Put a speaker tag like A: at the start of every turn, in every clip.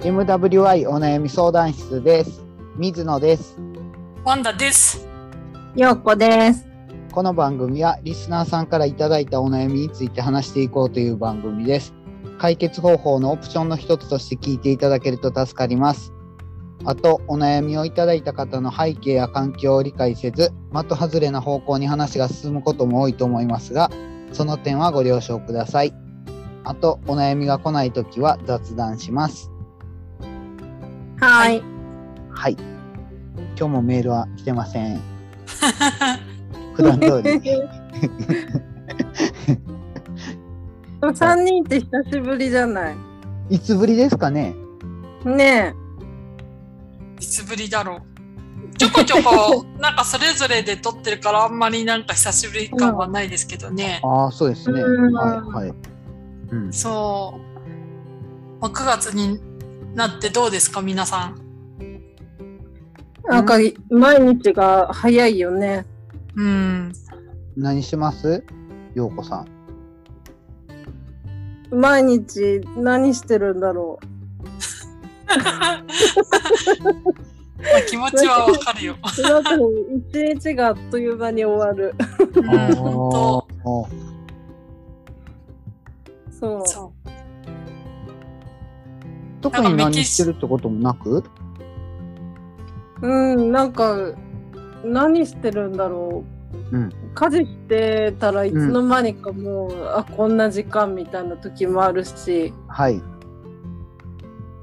A: MWI お悩み相談室です。水野です。
B: ワンダです。
C: ようこです。
A: この番組はリスナーさんからいただいたお悩みについて話していこうという番組です。解決方法のオプションの一つとして聞いていただけると助かります。あと、お悩みをいただいた方の背景や環境を理解せず、的外れな方向に話が進むことも多いと思いますが、その点はご了承ください。あと、お悩みが来ないときは雑談します。
C: はい。
A: はい。今日もメールは来てません。普段通り。
C: でも三人って久しぶりじゃない。
A: いつぶりですかね
C: ね
B: いつぶりだろう。ちょこちょこ、なんかそれぞれで撮ってるから、あんまりなんか久しぶり感はないですけどね。
A: ああ、そうですね。
C: うん
A: はい、はい。うん。
B: そう。まあ、9月になってどうですか、皆さん。
C: え。なんか毎日が早いよね。
B: うん。
A: 何しますようこさん。
C: 毎日何してるんだろ
B: まあ、気持ちはわかるよ。
C: う。なんかもう一日があっという間に終わる。
B: うん、本
A: おー
C: そう
B: 当。。そ
A: 特に何してるってこともなく
C: うん、なんか何してるんだろう。
A: うん
C: 家事してたらいつの間にかもう、あこんな時間みたいな時もあるし
A: はい。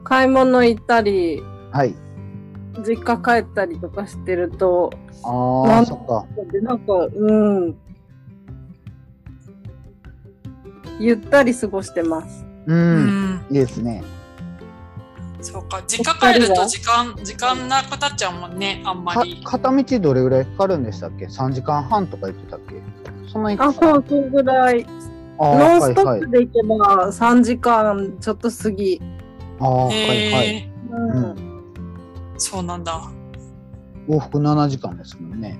C: 買い物行ったり
A: はい。
C: 実家帰ったりとかしてると
A: あ
C: な
A: あ、
C: ん
A: そっか。
C: でなんか、うん。ゆったり過ごしてます。
A: う。
B: う。うんん。
A: いいですね。
B: そうか。実家帰ると時間、時間なくなっちゃうもんね、あんま
A: か
B: り。
A: 片道どれぐらいかかるんでしたっけ ?3 時間半とか言ってたっけそんなに
C: あ、そう、そんぐらい。
A: あー
C: ノンスト
A: は
C: ッ
A: いは
C: プ
A: い。
C: で行けば3時間ちょっと過ぎ。
A: ああ、はいはい。
B: へえ、
C: う
A: うん
C: ん。
B: そうなんだ。
A: 往復7時間ですもんね。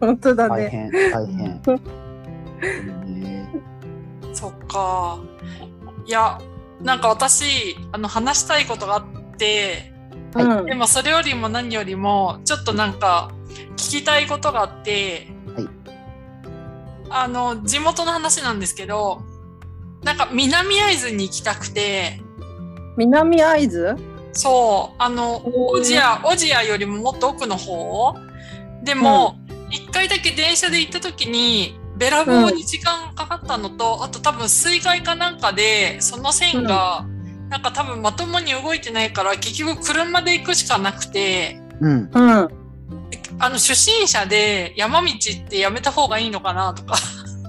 C: 本当だ
A: 大
C: ね。
A: 変、大変。ね
B: そっか。いや、なんか私、あの、話したいことがあって、
A: はい
C: うん
B: でもそれよりも何よりも、ちょっとなんか、聞きたいことがあって、
A: はい
B: あの、地元の話なんですけど、なんか南会津に行きたくて、
C: 南会津
B: そう、あの、
C: お
B: オ
C: ー
B: ジア、オジアよりももっと奥の方でも、一、回だけ電車で行った時に、ベラボーに時間かかったのと、あと多分水害かなんかで、その線が、なんか多分まともに動いてないから、結局車で行くしかなくて、
A: うん。
C: うん。
B: あの、初心者で山道ってやめた方がいいのかなとか、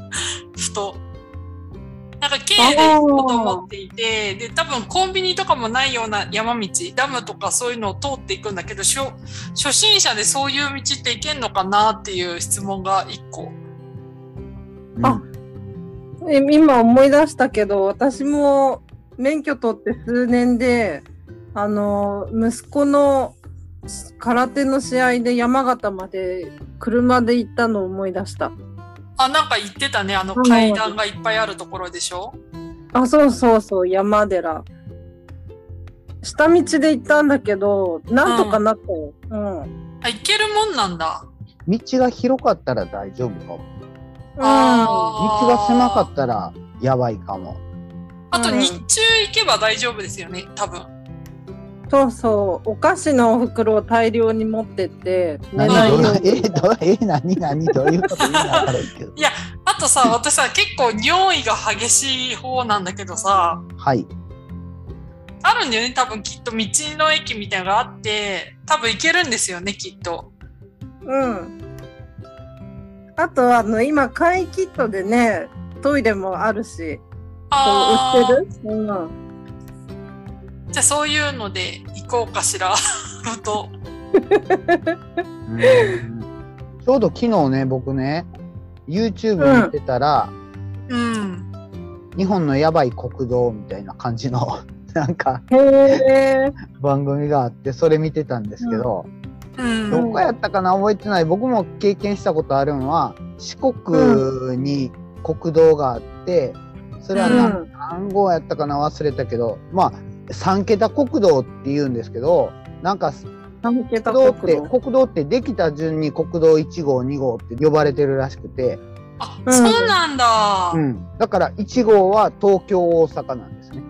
B: ふと。なんか、軽で行こうと思っていて、で、多分コンビニとかもないような山道、ダムとかそういうのを通っていくんだけど、初初心者でそういう道って行けんのかなっていう質問が一個。
A: うん
C: あえ今思い出したけど、私も免許取って数年で、あの、息子の空手の試合で山形まで車で行ったのを思い出した。
B: あ、なんか言ってたね、あの
C: うん
B: 階段がいっぱいあるところでしょ
C: あ、そうそうそう、山寺。下道で行ったんだけど、なんとかなったよ。うん。うん、
B: あ、行けるもんなんだ。
A: 道が広かったら大丈夫かも。
B: あ
A: 道が狭かったらやばいかも。
B: あと
C: うん
B: 日中行けば大丈夫ですよね、多分。
C: そうそう、お菓子の袋を大量に持ってって、寝
A: 何
C: ないよ
A: ど
C: う
A: れえ
C: に。
A: どれえ何何どういうこと言う のかるけど。
B: あとさ、私さ、結構尿意が激しい方なんだけどさ、
A: はい。
B: あるんだよね、多分きっと道の駅みたいなのがあって、多分行けるんですよね、きっと。
C: うん。あと、あの、今、買いキットでね、トイレもあるし、こう売って
B: ー
C: るうん。
B: じゃあそういうので行こうかしら、と。
A: うんちょうど昨日ね僕ね YouTube 見てたら、
B: うん。
A: 日本のやばい国道みたいな感じの なんか
C: へえ。
A: 番組があってそれ見てたんですけど、
B: うん。
A: どこやったかな覚えてない僕も経験したことあるのは四国に国道があって、それは
C: う
A: 何
C: ん。
A: 何号やったかな忘れたけどまあ三桁国道って言うんですけどなんか
C: 三桁
A: 国道
C: 国
A: って
C: 道。
A: 国道ってできた順に国道1号2号って呼ばれてるらしくて、
B: あ、
C: うん
B: そうなんだ。
A: うん、だから1号は東京大阪なんですね。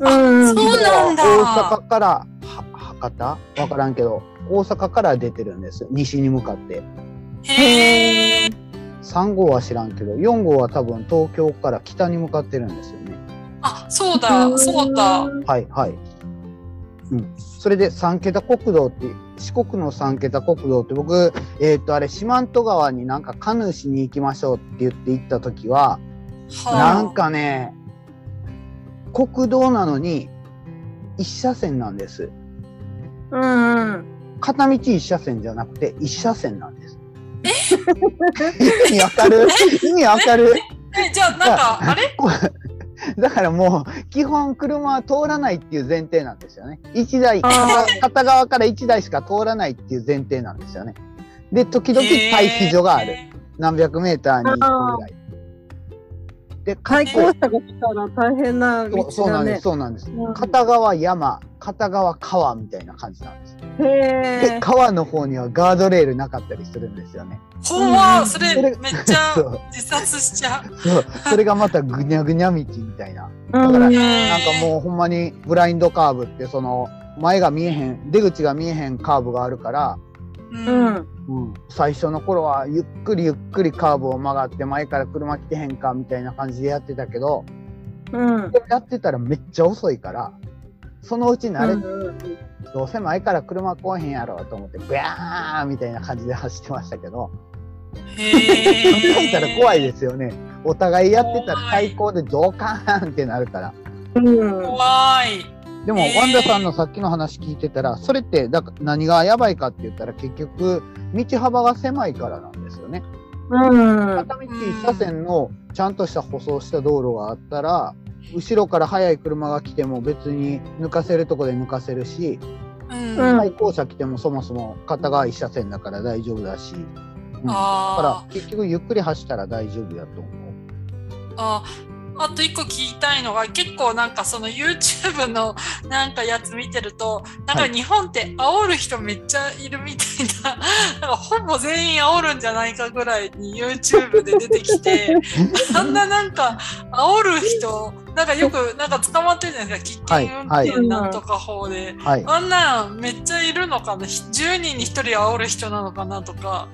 C: うんうん。
B: そうなんだ
A: 大阪からは博多わからんけど大阪から出てるんです西に向かって
B: へえ。
A: 3号は知らんけど4号は多分東京から北に向かってるんですよね
B: あ、そうだ、そうだ。
A: はいはい、うん、それで3桁国道って四国の3桁国道って僕えっ、とあれ四万十川になんかカヌーしに行きましょうって言って行った時は
B: はあ
A: なんかね国道なのに一車線なんです
C: うんうん。
A: 片道一車線じゃなくて一車線なんです。意味わかる意味わかる
B: え、じゃあ、なんか、あれ
A: だからもう基本車は通らないっていう前提なんですよね。一台
C: あ
A: 片側から一台しか通らないっていう前提なんですよね。で時々待機所がある、
B: へ
A: 何百メーターに行くぐらい。で
C: 開校者が来たら大変な道
A: そうそうな
C: だ
A: んです
C: ね。
A: そうなんです。
C: うん
A: 片側山片側川みたいな感じなんです。
C: へ
A: で
C: え。
A: 川の方にはガードレールなかったりするんですよね。
B: ー。ほんま、それ
A: それ、
B: めっちゃ
A: そう
B: 自殺しちゃう。
A: そうそれがまたぐにゃぐにゃ道みたいな。
C: う
A: だからな
B: なん
C: ん
A: かもうほんまにブラインドカーブってその前が見えへん出口が見えへんカーブがあるから、
B: う。
C: うんん。
A: 最初の頃はゆっくりゆっくりカーブを曲がって前から車来てへんかみたいな感じでやってたけど
C: うん。
A: やってたらめっちゃ遅いからそのうち慣れ、
C: うん
A: どうせ前から車来へんやろと思ってブヤーみたいな感じで走ってましたけど 考
B: へ。
A: えたら怖いですすよねお互いやってたら最高でドカーンってなるから。
C: うん。
B: 怖い。
A: でも、
B: えー
A: ワンダさんのさっきの話聞いてたらそれってだか何がやばいかって言ったら結局道幅が狭いからなんですよね。
C: うん。
A: 片道1車線のちゃんとした舗装した道路があったら後ろから速い車が来ても別に抜かせるとこで抜かせるし
B: うん。
C: うん
A: 対向車来てもそもそも片側1車線だから大丈夫だしだ
B: あ
A: か
B: ー
A: ら結局ゆっくり走ったら大丈夫やと思う。
B: ああと一個聞きたいのが結構なんかその YouTube のなんかやつ見てるとなん
A: は
B: か
A: い
B: 日本って煽る人めっちゃいるみたいな なんかほぼ全員煽るんじゃないかぐらいに YouTube で出てきてあんななんか煽る人なんかよくなんか捕まってるじゃないですか危険運
A: はい
C: は
B: 転
C: い
B: なんとか法で。
A: はい、
B: あんなんめっちゃいるのかなひ10人に1人煽る人なのかなとか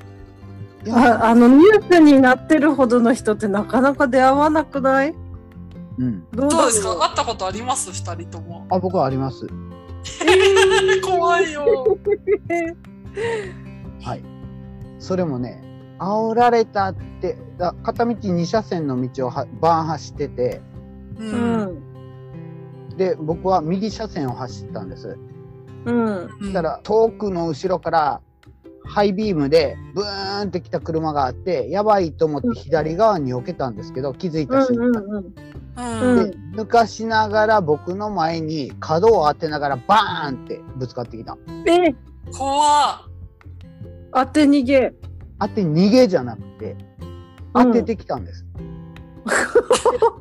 C: ああのニュースになってるほどの人ってなかなか出会わなくない
A: うん、
C: どうだ
B: ど
C: ろ
B: うですか会ったことあります2人とも
A: あ僕はあります。
B: 怖いよ
A: はい、それもね煽られたってだ片道2車線の道をはバーン走ってて
B: う
C: うんん
A: で僕は右車線を走ったんです
C: うん
B: うん
A: だから遠くの後ろからハイビームでブーンって来た車があってやばいと思って左側に避けたんですけど気づいうた
C: ん
A: 瞬
C: う
A: 間、
C: んうん
B: うん
C: うん
A: で抜かしながら僕の前に角を当てながらバーンってぶつかってきた
C: え
B: 怖っ
C: 当て逃げ
A: 当て逃げじゃなくて当ててきたんです、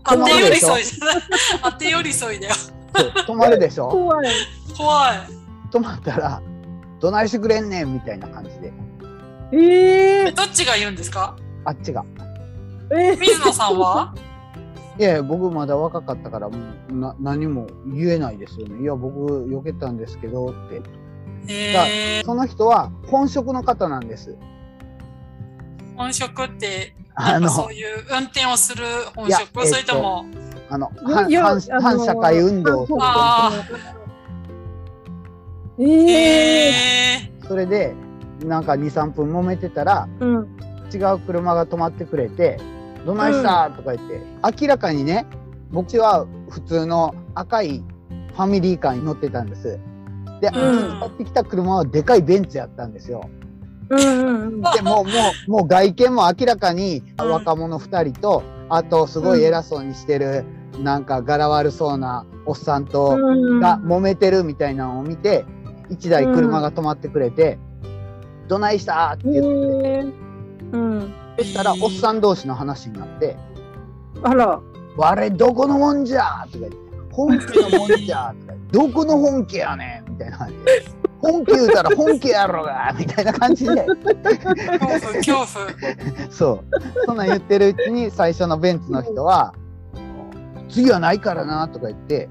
B: 当て寄り
A: そ
B: 添
A: う
B: いじゃない当て寄り添いだよ
A: そう止まるでしょ
C: 怖い
B: 怖い
A: 止まったら「どないしてくれんねん」みたいな感じで
B: え
C: えー、
B: どっちが言うんですか
A: あっちが
C: え
B: 水野さ んは
A: 「いやいや僕まだ若かったからもうな何も言えないですよねいや僕避けたんですけど」って
B: え
A: その人は本職の方なんです
B: ー、本職ってな
A: あ
B: んか
A: の
B: そういう運転をする本
A: いや
B: 職それとも、
A: あの
C: よ
A: 反
C: よ
A: 反
C: あの
A: 反社会運動をする
B: あ
C: えー、え
B: え
A: それでなんか23分揉めてたら
C: ー、うん
A: 違う車が止まってくれて「どないした?」とか言って、明らかにね僕は普通の赤いファミリーカーに乗ってたんです。で、
B: う
A: ぶつ
B: ん
A: かってきた車はでかいベンツやったんですよ。
C: うんうん
A: でもうもうもう外見も明らかに若者2人と、あとすごい偉そうにしてる、なんか柄悪そうなおっさんと
C: うん
A: が揉めてるみたいなのを見て1台車が止まってくれて「どないした?」って
C: え
A: 言って
C: ー、うん
A: 言ったらおっさん同士の話になって
C: あら
A: 「我どこのもんじゃ!」とか言って「本家のもんじゃとかどこの本家やねんみたいな感じで本家言うたら本家やろがみたいな感じで
B: 恐怖、恐怖。
A: そうそんなん言ってるうちに最初のベンツの人は「次はないからな」とか言って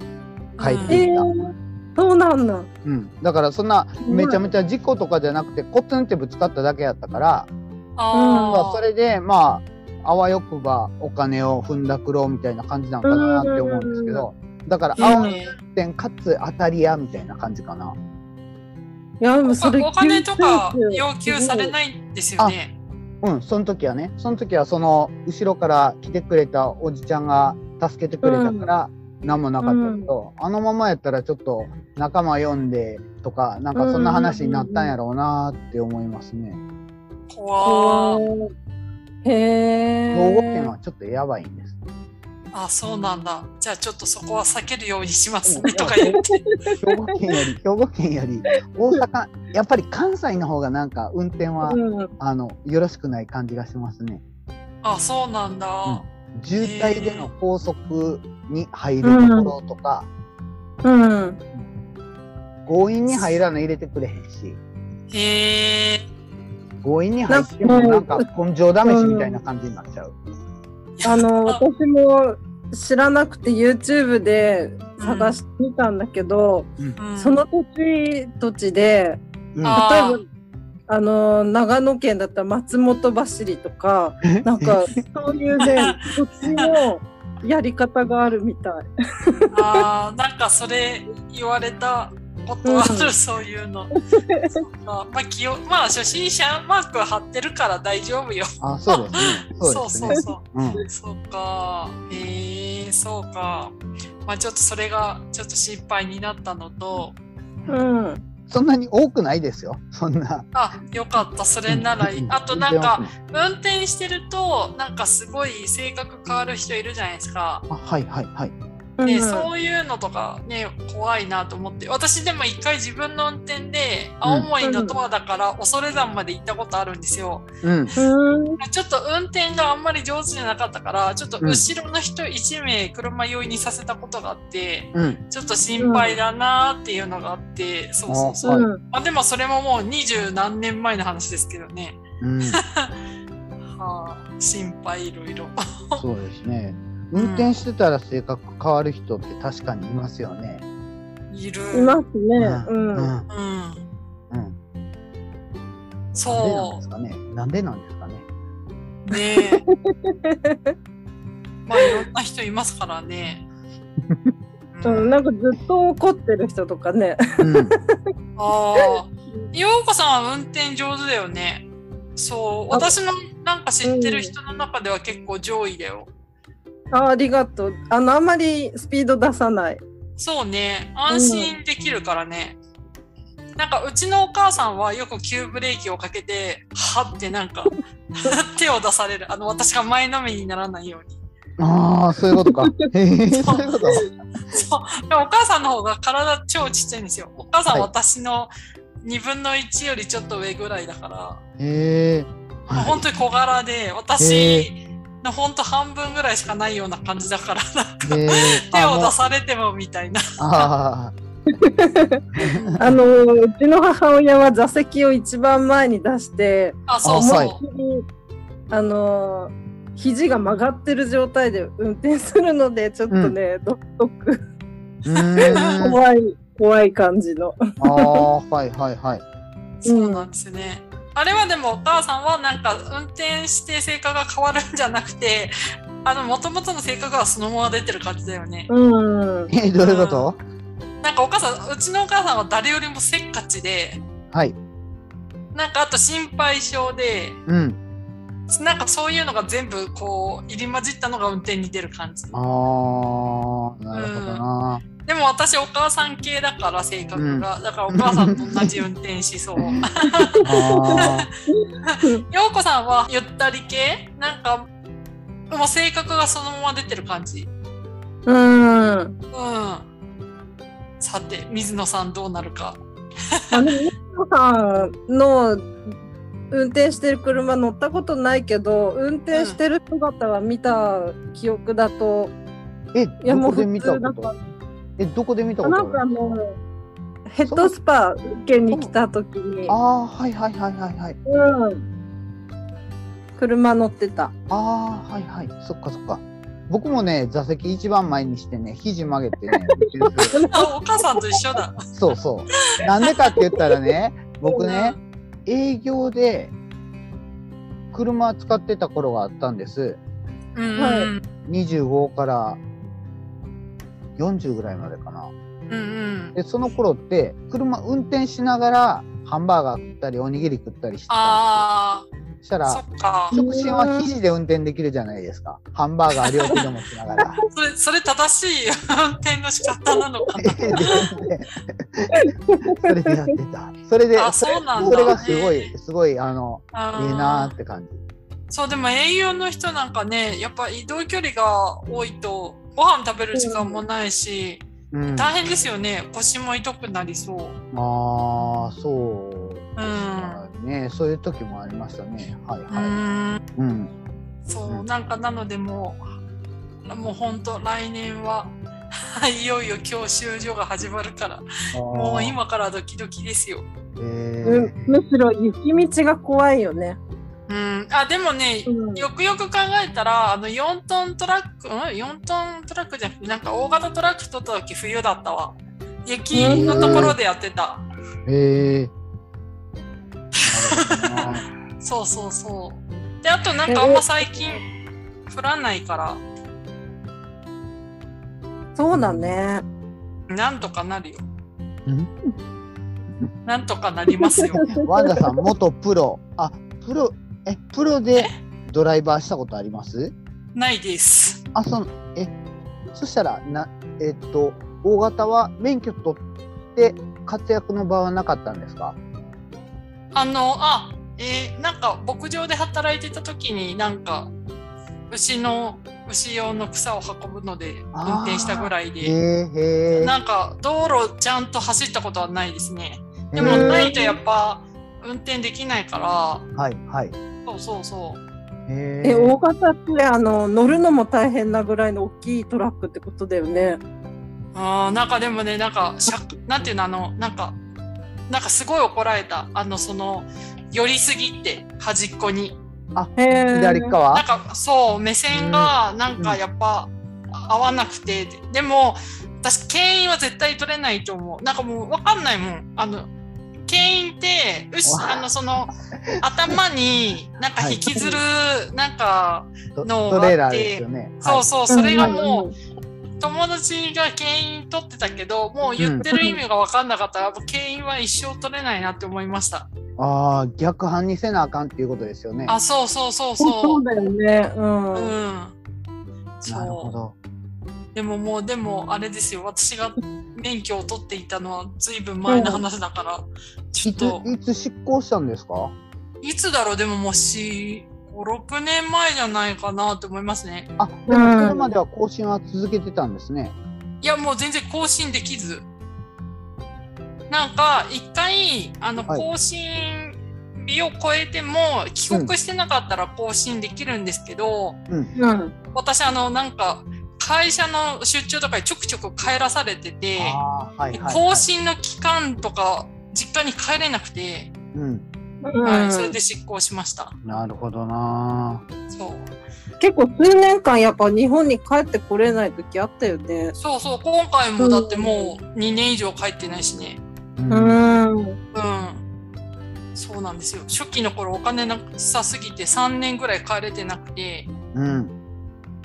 A: 帰っていった。
C: えーそうなんだ。
A: うん、だからそんな
C: うん
A: めちゃめちゃ事故とかじゃなくてコツンってぶつかっただけやったから、ま
B: あ
A: あ、
B: あ、
A: それでまああわよくばお金を踏んだくろうみたいな感じなのかなって思うんですけどだから
C: うん
A: 青
B: う
A: の
B: ん
A: 点かつ当たり屋みたいな感じかない
C: や、でもそれ
B: お金とか
C: 急に
B: 要求されないんですよね。
A: うんその時はねその時はその後ろから来てくれたおじちゃんが助けてくれたから何もなかったけど、あのままやったらちょっと仲間呼んでとかなんかそんな話になったんやろうなって思いますね。
B: 怖ー
C: へえ。
A: 兵庫県はちょっとやばいんです。
B: あ、そうなんだ。じゃあちょっとそこは避けるようにします
A: うん
B: ねとか言って。
A: 兵庫県よ り兵庫県より大阪やっぱり関西の方がなんか運転は、
C: うん
A: あのよろしくない感じがしますね
B: あ、そうなんだ。
A: 渋滞での高速に入るところとか、
C: うん。
A: 強引に入らない入れてくれへんし
B: へえ。
A: 強引に入ってもなんか根性試しみたいな感じになっちゃう、
C: あの、私も知らなくて YouTube で探してみたんだけど、
B: うん
C: その土地土地で、
A: うん
B: あ
C: 例えば
B: ー、
C: あの、長野県だったら松本走りとか、なんか、そういうね、土地のやり方があるみたい。
B: あーなんかそれ言われたことある、そういうの。そっかまあ気をまあ初心者マーク貼ってるから大丈夫よ。
A: あそうですねそう
B: そう
A: です
B: そ
A: ね
B: うそう。
A: うん
B: そうか。へえそうか。まあちょっとそれがちょっと心配になったのと、
C: うん。
A: そんなに多くないですよそんな。
B: あよかった、それならいい。あとなんか、運転してると、なんかすごい性格変わる人いるじゃないですか。
A: あはいはいはい。
B: ね、
C: うん
B: そういうのとかね怖いなと思って私でも一回自分の運転で
A: うん
B: 青森の十和田から恐山まで行ったことあるんですよ、
A: うん
C: うん。
B: ちょっと運転があんまり上手じゃなかったからちょっと後ろの人1名車酔いにさせたことがあって
A: うん。
B: ちょっと心配だなっていうのがあって、そうそうそ
A: はい
B: う、
C: うん。
B: まあ、でもそれももう二十何年前の話ですけどね、
A: うん
B: はあ、心配いろいろ
A: そうですね。運転してたら性格変わる人って確かにいますよね。
B: いる
C: いますね。う。
A: うんん。
B: うん
A: うん。なんでなん
B: そ
A: で
B: う
A: すかね。なんでなんですかね。
B: ね え。まあいろんな人いますから ね。
C: うん、
B: あ
C: なんかずっと怒ってる人とかね。
A: うん。
B: あー。ようこさんは運転上手だよね。そう。
C: あ
B: 私のなんか知ってる人の中では結構上位だよ。
C: あありがとう。あの、あんまりスピード出 さない。
B: そうね。安心できるからね。なんかうちのお母さんはよく急ブレーキをかけて、はってなんか 手を出される。あの私が前のめりにならないように。
A: ああ、そういうことか。へえ、そういうこと。
B: そう。でもお母さんの方が体超ちっちゃいんですよ。お母さ
A: は
B: ん
A: い
B: 私の2分の1よりちょっと上ぐらいだから、
A: へえ。
B: もう
A: は
B: 本当に小柄で、私の本当半分ぐらいしかないような感じだから、なん
A: い。
B: か
A: へえ。
B: 手
A: あ
B: を
A: もう
B: 出されてもみた いな。
A: あ
C: あの、うちの母親は座席を一番前に出して、
B: あ、そう
A: あ
B: そ。
A: はいう
C: あの肘が曲がってる状態で運転するのでちょっとね、独特
A: ー。うーん。あ
C: 怖い怖い感じの。
A: あー、はいはいはい。
B: そうなんですね。あれはでもお母さんはなんか運転して性格が変わるんじゃなくて、あの元々の性格がそのまま出てる感じだよね。
C: うん。
A: え、どういうこと。
B: なんかお母さん、うちのお母さんは誰よりもせっかちで、
A: はい。
B: なんかあと心配性で、
A: うん。
B: なんかそういうのが全部こう入り混じったのが運転に出る感じ。
A: ああ、なるほどな。
B: でも私お母さん系だから性格が、だからお母さんと同じ運転し そう。よ
A: あ
B: うこさんはゆったり系なんかもう性格がそのまま出てる感じ。
C: うん。
B: うん。さて水野さんどうなる か。
C: あの、みこさんの運転してる車乗ったことないけど、運転してる姿は見た記憶だと、
A: ーえ、
C: いや
A: ど
C: もう
A: こで見た
C: 普通だ
A: こ
C: か
A: と。え、どこで見たこ
C: な
A: と
C: んか
A: あ
C: あ
A: る
C: のヘッドスパ受けに来た時に、
A: ああー、はいはいはいはいはい。
C: うん、車乗ってた。
A: ああ、はいはい。そっかそっか。僕もね、座席一番前にしてね、肘曲げて ね、移動する
B: あ、お母さんと一緒だ。
A: そうそう。なんでかって言ったらね、僕ね、営業で車使ってた頃があったんです。
B: うん。
C: はい
B: うん
A: 25から40ぐらいまでかな。
B: うん。
A: で、その頃って、車運転しながら、ハンバーガー食ったり、おにぎり食ったりしてた
B: あ
A: んですよ。した
B: あ、そ
A: ら、
B: っか。
A: 直進は肘で運転できるじゃないですか。ハンバーガー両手でもしなが ら。
B: それ、それ正しい運転の仕方なのかな。
A: それでやってた。それで、
B: あそうなんだ
A: それがすごい、すごい、あの、
B: あ
A: い
B: ー
A: いなーって感じ。
B: そう、でも営業の人なんかね、やっぱ移動距離が多いと、ご飯食べる時間もないし、
A: うん、あ
B: 大変ですよね。腰も痛くなりそう。
A: あー、そう
B: うん。
A: ですね。そういう時もありましたね。はいうは
B: ーん。
A: い。うん。
B: そうう、
A: ん
B: なんかなのでもう、もう本当来年は いよいよ教習所が始まるから、も
A: あ
B: う
A: ー。
B: 今からドキドキですよ。
A: えー
C: むむしろ雪道が怖いよね。
B: うん。あ、でもね、
C: うん
B: よくよく考えたら、あの4トントラック、うん、4トントラックじゃなくて、なんか大型トラックとった時冬だったわ。雪のところでやってた。
A: え
B: そうそうそう。で、あとなんかあんま最近降らないから、
C: そうだね。
B: なんとかなるよ。
A: ー。
B: なんとかなりますよ。
A: ワンダさん、元プロ。あ、プロ、え、プロでドライバーしたことあります
B: ないです。
A: あ、その、え、そしたら、な、えっと、大型は免許取って活躍の場はなかったんですか
B: あの、あ、えーなんか牧場で働いてた時になんか牛の牛用の草を運ぶので
A: あー
B: 運転したぐらい
A: へ
B: で、
A: えへえ。
B: なんか道路ちゃんと走ったことはないですね。で
A: へ
B: も
A: ー
B: ないとやっぱ運転できないから、
A: はい、はい。
B: そうそうそう。
A: へ
C: え、
A: ー
C: 大型ってあの乗るのも大変なぐらいの大きいトラックってことだよね。
B: あーなんかでもね、なんか、しゃなんていうの、あの、なんか、なんかすごい怒られた。あの、その、寄りすぎって、端っこに。
C: へえ。
A: 左
B: な
A: 側
B: んかそう目線がなんかやっぱ合わなくてでも私牽引は絶対取れないと思うなんかもう分かんないもんあの牽引ってうし
A: わあ
B: あの その頭になんか引きずるなんか
A: ト
B: の
A: トレーラーですよね。
B: そう
A: そ
B: そうそれがも
C: う
B: う友達が牽引取ってたけどもう言ってる意味が分かんなかったらやっぱ牽引は一生取れないなって思いました
A: う。ああ、逆反にせなあかんっていうことですよね。
B: あそうそうそう
C: そう
B: そう
C: だよね。うん。
B: うんそう
A: なるほど。
B: でももうでもあれですよ私が免許を取っていたのはずいぶん前の話だから、ち
A: い
B: ょっと
A: つ、いつ執行したんですか
B: いつだろうでももし56年前じゃないかなと思いますね
A: あ、でもそれまでは更新は続けてたんですね。
B: いやもう全然更新できずなんか一回あの
A: はい
B: 更新日を超えても帰国してなかったら更新できるんですけど、
A: うん。
C: うん。
B: 私あのなんか会社の出張とかにちょくちょく帰らされてて
A: ああ、はいはい、はい。
B: 更新の期間とか実家に帰れなくて、
A: うん。
B: は
C: う
B: い、
C: ん
B: それで執行しました。
A: なるほどなー。
B: そう
C: 結構数年間やっぱ日本に帰ってこれない時あったよね。
B: そうそう今回もだってもう2年以上帰ってないしね。
A: うん
C: うん。
B: うん。そうなんですよ。初期の頃お金なさすぎて3年ぐらい帰れてなくて、
A: うん。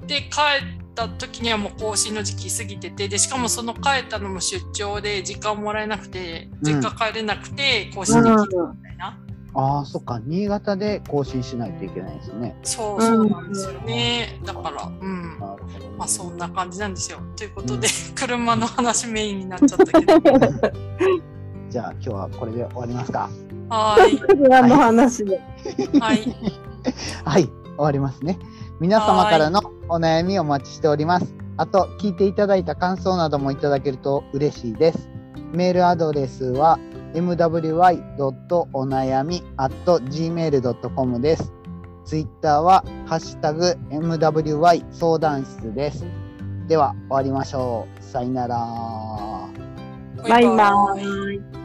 B: で帰った時にはもう更新の時期過ぎてて、でしかもその帰ったのも出張で時間もらえなくて、実家帰れなくて更新できるみたいな。
A: ああ、そっか。新潟で更新しないといけないですね。
B: そう
C: うん
B: そうなんですよね。だから、うん。
A: なるほどね
B: まあそんな感じなんですよ。ということで、 車の話メインになっちゃったけ ど。
A: じゃあ今日はこれで終わりますか。
B: はーい。
C: あの話で。
B: はい。
A: はい、終わりますね。皆様からのお悩みお待ちしております。あと、聞いていただいた感想などもいただけると嬉しいです。メールアドレスは mwy.onayami.gmail.com です。ツイッターは、ハッシュタグ MWY 相談室です。では、終わりましょう。さよなら。
B: バイバイ。
C: バイバイ。